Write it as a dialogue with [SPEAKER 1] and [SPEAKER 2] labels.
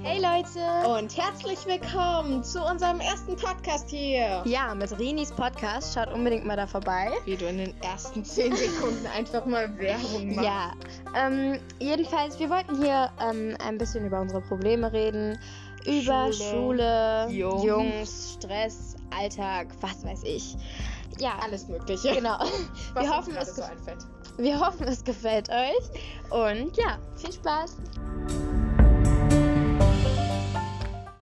[SPEAKER 1] Leute und herzlich willkommen zu unserem ersten Podcast hier.
[SPEAKER 2] Ja, mit Rinis Podcast. Schaut unbedingt mal da vorbei.
[SPEAKER 1] Wie du in den ersten 10 Sekunden einfach mal Werbung machst.
[SPEAKER 2] Ja, ähm, jedenfalls, wir wollten hier ähm, ein bisschen über unsere Probleme reden. Über Schule,
[SPEAKER 1] Schule, Jungs.
[SPEAKER 2] Jungs, Stress, Alltag, was weiß ich. Ja,
[SPEAKER 1] Alles Mögliche.
[SPEAKER 2] genau.
[SPEAKER 1] Was
[SPEAKER 2] wir
[SPEAKER 1] uns
[SPEAKER 2] hoffen,
[SPEAKER 1] gerade
[SPEAKER 2] es
[SPEAKER 1] so
[SPEAKER 2] gef-
[SPEAKER 1] einfällt.
[SPEAKER 2] Wir hoffen, es gefällt euch. Und ja, viel Spaß.